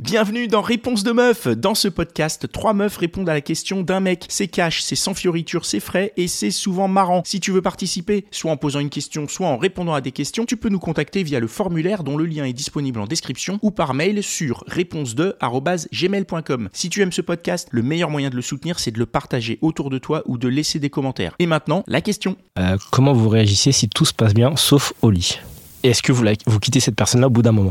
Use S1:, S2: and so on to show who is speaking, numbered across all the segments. S1: Bienvenue dans Réponse de meuf. Dans ce podcast, trois meufs répondent à la question d'un mec. C'est cash, c'est sans fioriture, c'est frais et c'est souvent marrant. Si tu veux participer, soit en posant une question, soit en répondant à des questions, tu peux nous contacter via le formulaire dont le lien est disponible en description ou par mail sur réponse2@gmail.com. Si tu aimes ce podcast, le meilleur moyen de le soutenir, c'est de le partager autour de toi ou de laisser des commentaires. Et maintenant, la question.
S2: Euh, comment vous réagissez si tout se passe bien, sauf au lit Et est-ce que vous, la- vous quittez cette personne-là au bout d'un moment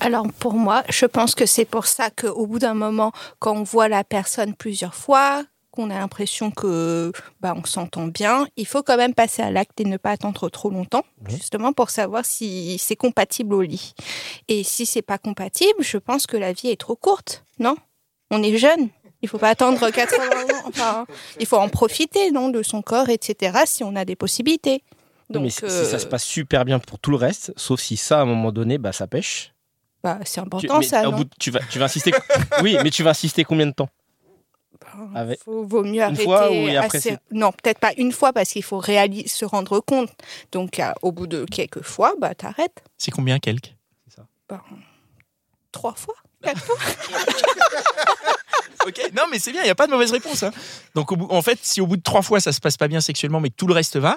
S3: Alors pour moi, je pense que c'est pour ça qu'au bout d'un moment, quand on voit la personne plusieurs fois, qu'on a l'impression que bah, on s'entend bien, il faut quand même passer à l'acte et ne pas attendre trop longtemps, justement pour savoir si c'est compatible au lit. Et si c'est pas compatible, je pense que la vie est trop courte, non On est jeune. Il faut pas attendre 80 ans. Enfin, il faut en profiter, non, de son corps, etc. Si on a des possibilités.
S2: Non,
S3: Donc,
S2: mais si, si
S3: euh,
S2: ça se passe super bien pour tout le reste, sauf si ça, à un moment donné, bah, ça pêche.
S3: bah,
S2: Tu-
S3: c'est important
S2: mais
S3: ça.
S2: au
S3: non
S2: bout de- tu, vas, tu vas insister. oui, mais tu vas insister combien de temps Avec-
S3: Oh, Faut- vaut mieux arrêter
S2: fois ou et après,
S3: assez-
S2: c'est-
S3: Non, peut-être pas une fois parce qu'il faut réalis- se rendre compte. Donc, à- au bout de quelques fois, bah, t'arrêtes.
S1: C'est combien quelques
S3: Trois fois.
S1: Ok, non mais c'est bien, il n'y a pas de mauvaise réponse. hein. Donc au bout- en fait, si au bout de trois fois ça se passe pas bien sexuellement mais que tout le reste va,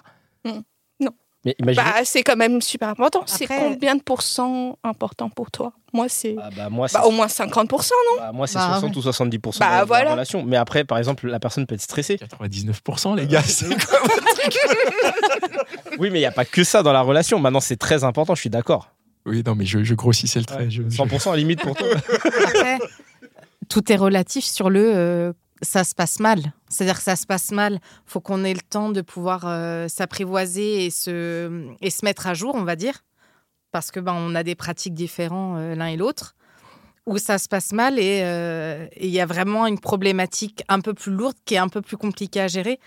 S2: Mais imaginez.
S3: Bah, c'est quand même super important. c'est
S4: Après-
S3: combien de pourcents important pour toi Moi, c'est
S2: Ah, bah, moi, c'est
S3: bah, au moins 50%, non
S2: bah, moi, c'est
S4: Bah,
S2: 60 ou 70%
S3: Bah,
S2: de la
S3: voilà.
S2: relation. Mais après, par exemple, la personne peut être stressée.
S1: 99%
S2: Ah,
S1: les gars, c'est quoi
S2: Oui, mais il n'y a pas que ça dans la relation. Maintenant, c'est très important, je suis d'accord.
S1: Oui, non mais je, je grossissais le trait.
S2: Ouais,
S1: je- je-
S2: 100% limite pour toi.
S4: Après, tout est relatif sur le euh, ça se passe mal. C'est-à-dire que ça se passe mal. faut qu'on ait le temps de pouvoir euh, s'apprivoiser et se, et se mettre à jour, on va dire. Parce que ben, on a des pratiques différentes euh, l'un et l'autre. Où ça se passe mal et euh, et il y a vraiment une problématique un peu plus lourde qui est un peu plus compliquée à gérer.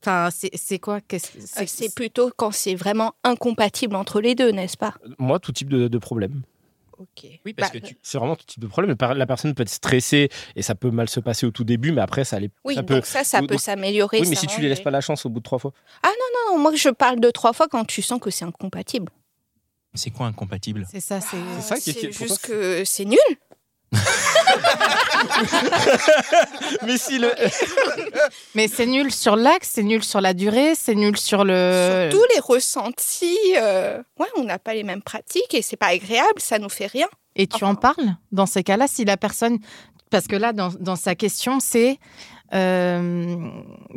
S4: Enfin, c'est c'est quoi Qu'est-ce-
S3: Euh, C'est plutôt quand c'est vraiment incompatible entre les deux, n'est-ce pas
S2: moi, tout type de, de problème.
S3: Ok.
S1: Oui, parce
S3: Bah,
S1: que tu...
S2: C'est vraiment tout type de problème. Par- La personne peut être stressée et ça peut mal se passer au tout début, mais après, ça, les,
S3: Oui,
S2: ça peut.
S3: donc ça, ça
S2: ou-
S3: peut
S2: donc-
S3: s'améliorer.
S2: Oui, mais si tu lui laisses pas la chance au bout de trois fois.
S3: Non, non, moi, je parle de trois fois quand tu sens que c'est incompatible.
S1: C'est quoi incompatible
S4: C'est ça, c'est.
S3: Ah,
S2: ça qui est-
S3: C'est
S2: pour toi,
S3: juste
S2: c'est-
S3: que c'est nul.
S2: mais si le.
S4: Mais c'est nul sur l'axe, c'est nul sur la durée, c'est nul sur le.
S3: Surtout les ressentis. euh, ouais, on n'a pas les mêmes pratiques et c'est pas agréable, ça nous fait rien.
S4: Et tu en parles dans ces cas-là si la personne. Parce que là, dans, dans sa question, c'est. euh,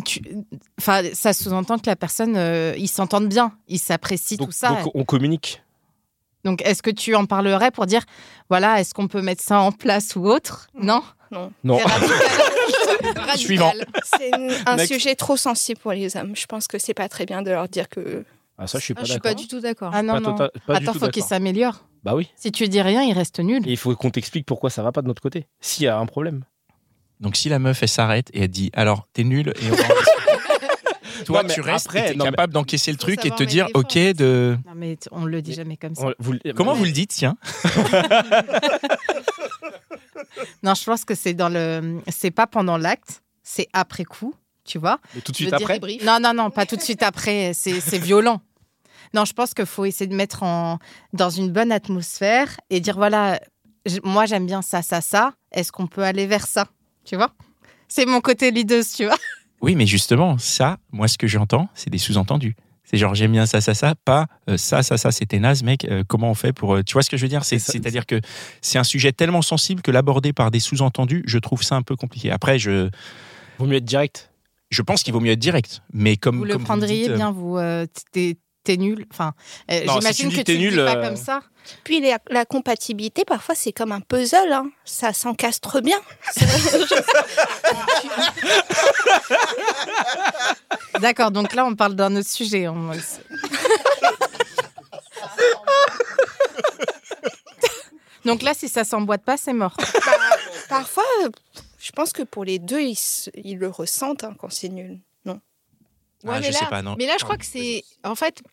S4: tu- Enfin, ça sous-entend que la personne, euh, ils s'entendent bien, ils s'apprécient,
S2: Donc,
S4: tout ça.
S2: donc, on communique.
S4: Donc, est-ce que tu en parlerais pour dire, voilà, est-ce qu'on peut mettre ça en place ou autre Non
S2: Non.
S4: C'est radical. Radical.
S1: Suivant.
S3: C'est une- un
S2: Next.
S3: sujet trop sensible pour les hommes. Je pense que c'est pas très bien de leur dire que.
S2: Ah, ça, je suis pas
S5: Ah, je suis
S2: d'accord.
S5: pas du tout d'accord.
S4: Ah non,
S2: Pas
S4: non.
S2: tota- pas du
S4: Attends,
S2: tout
S4: faut qu'il
S2: d'accord.
S4: s'améliore.
S2: Bah oui.
S4: Si tu dis rien, il reste nul.
S2: Et il faut qu'on t'explique pourquoi ça va pas de notre côté. S'il y a un problème.
S1: Donc si la meuf elle s'arrête et elle dit alors t'es nul et on va en discuter. Toi
S2: Non, mais
S1: tu restes
S2: après,
S1: et t'es
S2: non, mais-
S1: capable d'encaisser le
S4: Faut
S1: truc et de
S4: savoir
S1: te dire
S4: mettre
S1: ok
S4: les efforts.
S1: de
S4: Non, mais t- on le dit
S2: Mais-
S4: jamais comme ça.
S2: On- vous-
S1: comment
S2: Mais-
S1: vous le dites tiens
S4: Non, je pense que c'est dans le. C'est pas pendant l'acte, c'est après coup, tu vois.
S2: mais tout de
S4: Je
S2: suite
S4: veux dire-
S2: après
S4: Non, non, non, pas tout de suite après. C'est c'est violent. Non, je pense qu'il faut essayer de mettre en, dans une bonne atmosphère et dire voilà, j- moi j'aime bien ça, ça, ça. Est-ce qu'on peut aller vers ça Tu vois C'est mon côté leader, tu vois.
S1: Oui, mais justement, ça, moi, ce que j'entends, c'est des sous-entendus. C'est genre, j'aime bien ça, ça, ça, pas euh, ça, ça, ça, c'était naze, mec. euh, comment on fait pour. euh, tu vois ce que je veux dire C'est-
S2: ça.
S1: C'est-à-dire que c'est un sujet tellement sensible que l'aborder par des sous-entendus, je trouve ça un peu compliqué. Après, je,
S2: Vaut mieux être direct.
S1: je pense qu'il vaut mieux être direct. Mais comme.
S4: Vous le
S1: comme me
S4: prendriez
S1: dites, euh,
S4: bien, vous. euh, t'es t'es nul. Enfin, euh,
S2: Non, si
S4: j'imagine
S2: tu dis
S4: que
S2: t'es
S4: tu le
S2: nul,
S4: dis
S2: euh,
S4: pas comme ça.
S3: Puis la, la compatibilité, parfois, c'est comme un puzzle. hein. Ça s'encastre bien.
S4: D'accord, donc là on parle d'un autre sujet. on- Donc là, si ça s'emboîte pas, c'est mort.
S3: Parfois, euh, je pense que pour les deux, ils, se- ils le ressentent hein, quand c'est nul.
S1: Ah,
S5: mais
S1: je
S5: là,
S1: sais pas, non.
S5: Mais là, je crois que c'est. En fait,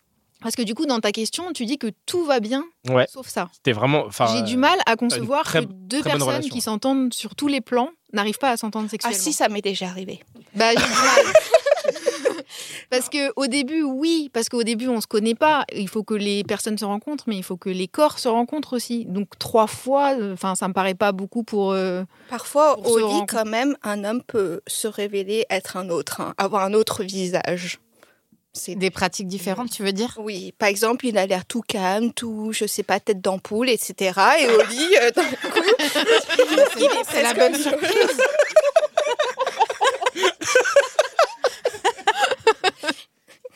S5: parce que du coup, dans ta question, tu dis que tout va bien,
S2: Ouais,
S5: sauf ça.
S2: c'était vraiment. enfin, euh,
S5: J'ai du mal à
S2: une
S5: concevoir
S2: très-
S5: que deux
S2: très bonne
S5: personnes
S2: relation.
S5: qui s'entendent sur tous les plans n'arrivent pas à s'entendre
S3: Ah
S5: sexuellement.
S3: si, ça m'est déjà arrivé.
S5: Bah, j'ai du mal. parce que au début, oui, parce qu'au début, on se connaît pas. Il faut que les personnes se rencontrent, mais il faut que les corps se rencontrent aussi. Donc trois fois, euh, enfin, ça me paraît pas beaucoup pour. euh,
S3: Parfois,
S5: Pour
S3: au
S5: se
S3: lit,
S5: rencontrer.
S3: quand même, un homme peut se révéler être un autre, hein, avoir un autre visage. C'est
S4: Des pratiques différentes, tu veux dire
S3: Oui, par exemple, il a l'air tout calme, tout, je sais pas, tête d'ampoule, etc. Et au lit, euh, d'un coup, il est
S4: C'est la
S3: presque-
S4: bonne surprise.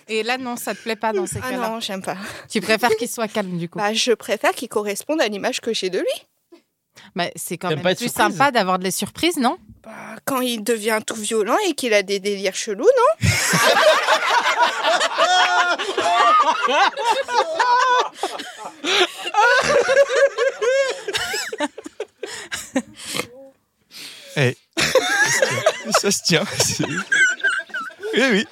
S4: Et là, non, ça te plaît pas dans ces
S3: Ah
S4: cas-là.
S3: non, j'aime pas.
S4: Tu préfères qu'il soit calme, du coup.
S3: Bah, je préfère qu'il corresponde à l'image que j'ai de lui.
S4: Bah, c'est quand
S2: T'aimes
S4: même
S2: pas être
S4: plus
S2: surprise
S4: sympa d'avoir des surprises, non Ah.
S3: Bah, quand il devient tout violent et qu'il a des délires chelous, non
S1: Ça se tient. c'est- Oui, oui.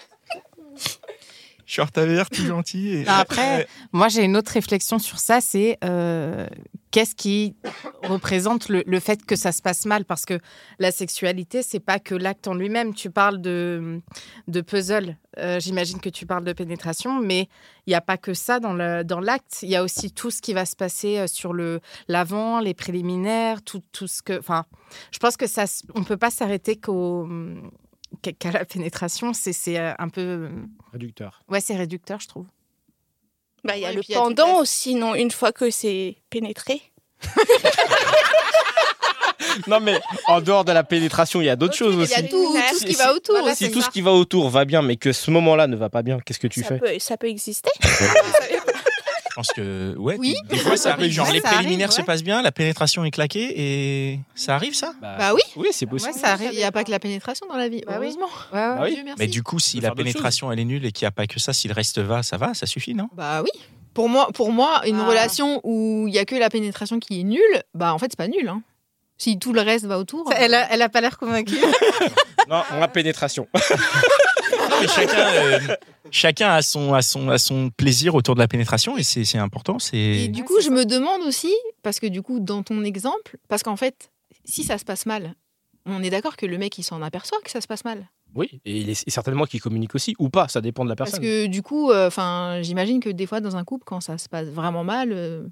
S1: Je suis en retard, tout gentil. et-
S4: Non, après,
S1: Ouais.
S4: Moi, j'ai une autre réflexion sur ça, c'est euh, qu'est-ce qui représente le, le fait que ça se passe mal Parce que la sexualité, c'est pas que l'acte en lui-même. Tu parles de, de puzzle, Euh, j'imagine que tu parles de pénétration, mais il n'y a pas que ça dans le- dans l'acte. il y a aussi tout ce qui va se passer euh, sur le l'avant, les préliminaires, tout, tout ce que. Enfin, je pense que ça, se- on peut pas s'arrêter qu'au qu'à- qu'à la pénétration. C'est- C'est euh, un peu,
S2: Réducteur.
S4: ouais, c'est réducteur, je trouve.
S3: Bah, il y a
S5: Ouais, et
S3: le
S5: puis il y a toute la-
S3: pendant aussi, non Une fois que c'est pénétré.
S2: Non, mais en dehors de la pénétration, il y a d'autres
S3: Ok,
S2: choses
S3: mais
S5: Il y a
S2: aussi.
S5: tout, tout ce qui va autour.
S4: Voilà,
S5: aussi.
S2: Si tout ce qui va autour va bien, mais que ce moment-là ne va pas bien, qu'est-ce que tu
S3: ça,
S2: fais
S3: peut, ça peut exister.
S1: Je pense que, ouais,
S5: Oui.
S1: des fois ça arrive. Genre,
S4: Ouais,
S1: les
S4: ça arrive,
S1: préliminaires se
S4: ouais.
S1: passent bien, la pénétration est claquée et ça arrive, ça
S5: Bah oui.
S2: Oui, c'est possible.
S4: Ouais, ça arrive.
S5: Il n'y a pas que la pénétration dans la vie.
S4: Bah oui.
S5: heureusement.
S4: Ouais, ouais.
S2: Bah oui.
S5: Dieu merci.
S1: Mais du coup, si
S2: Peut
S1: la
S2: faire d'autres
S1: pénétration elle est nulle et qu'il n'y a pas que ça, si le reste va, ça va, ça suffit, non
S5: Bah oui. Pour moi, pour moi une
S4: Ah.
S5: relation où il n'y a que la pénétration qui est nulle, bah en fait, c'est pas nul. hein. Si tout le reste va autour.
S4: Ça, Elle a, elle a pas l'air convaincue.
S2: Non, la pénétration.
S1: Non, mais chacun, euh, chacun a, son, a, son, a son plaisir autour de la pénétration et c'est c'est important.
S5: Et
S1: C'est
S5: du
S4: Ouais,
S5: coup,
S4: c'est
S5: je me demande aussi, parce que du coup, dans ton exemple, parce qu'en fait, si ça se passe mal, on est d'accord que le mec, il s'en aperçoit que ça se passe mal.
S2: Oui, et il est et certainement qu'il communique aussi, ou pas, ça dépend de la
S5: Parce
S2: personne.
S5: que du coup, euh, enfin, j'imagine que des fois, dans un couple, quand ça se passe vraiment mal, euh,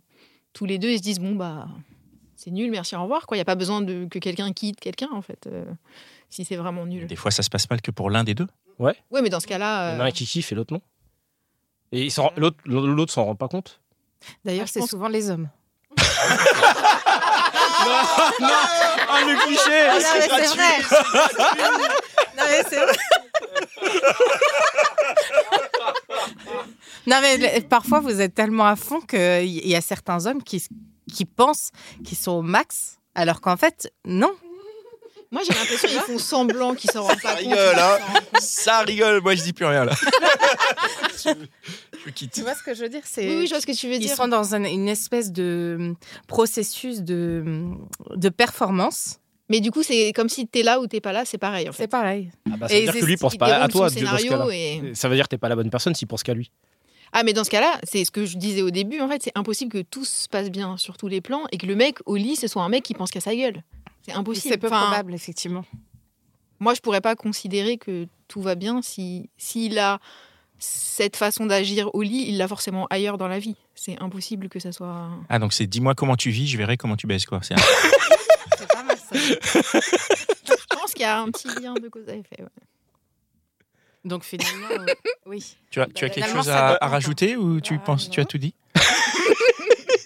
S5: tous les deux, ils se disent bon bah, c'est nul, merci, au revoir. Quoi, il n'y a pas besoin de que quelqu'un quitte quelqu'un en fait, euh, si c'est vraiment nul.
S1: des fois, ça se passe mal que pour l'un des deux.
S5: Ouais, mais dans ce
S2: Il y en
S5: cas-là,
S2: a
S5: euh,
S2: un qui kiffe et l'autre non. Et il s'en rend- l'autre l'autre s'en rend pas compte.
S5: Ah,
S4: D'ailleurs,
S5: je
S4: c'est
S5: pense-
S4: souvent les hommes.
S2: non, non, ah, le cliché
S4: vrai. non mais c'est vrai. non mais le- parfois vous êtes tellement à fond que il y a certains hommes qui s- qui pensent qu'ils sont au max. Alors qu'en fait, non.
S5: moi j'ai l'impression qu'ils font semblant qu'ils s'en rendent pas compte.
S1: rigole, hein. Ça rigole, moi je dis plus rien là. je, je quitte.
S4: Tu vois ce que je veux dire C'est
S5: Oui, oui, je vois ce que tu veux
S4: Ils
S5: dire.
S4: sont dans un- une espèce de euh, processus de, euh, de performance.
S5: Mais du coup, c'est comme si t'es là ou t'es pas là, c'est pareil en
S4: C'est
S5: fait.
S4: pareil.
S2: Ah bah, ça
S4: Et
S2: veut dire
S4: ils
S2: que lui
S4: est-
S2: pense
S5: Il
S2: pas à
S5: déroule
S2: toi
S5: son
S2: de- dans ce
S5: scénario
S2: cas-là.
S5: et...
S2: Ça veut dire que t'es pas la bonne personne s'il pense qu'à lui.
S5: Ah, mais dans ce cas-là, c'est ce que je disais au début, en fait, c'est impossible que tout se passe bien sur tous les plans et que le mec au lit, ce soit un mec qui pense qu'à sa gueule. C'est impossible.
S4: C'est peu
S5: Enfin,
S4: probable, effectivement.
S5: Moi, je pourrais pas considérer que tout va bien si s'il a cette façon d'agir au lit, il l'a forcément ailleurs dans la vie. C'est impossible que ça soit.
S1: Ah, donc c'est dis-moi comment tu vis, je verrai comment tu baisses quoi. C'est un-
S4: C'est pas mal, ça.
S5: Je pense qu'il y a un petit lien de cause à effet. ouais.
S4: Donc finalement, euh, oui.
S1: Tu as, tu as quelque
S4: finalement,
S1: chose
S4: ça
S1: à,
S4: dépend,
S1: à rajouter ou tu
S3: Ah,
S1: penses tu as
S3: non.
S1: tout dit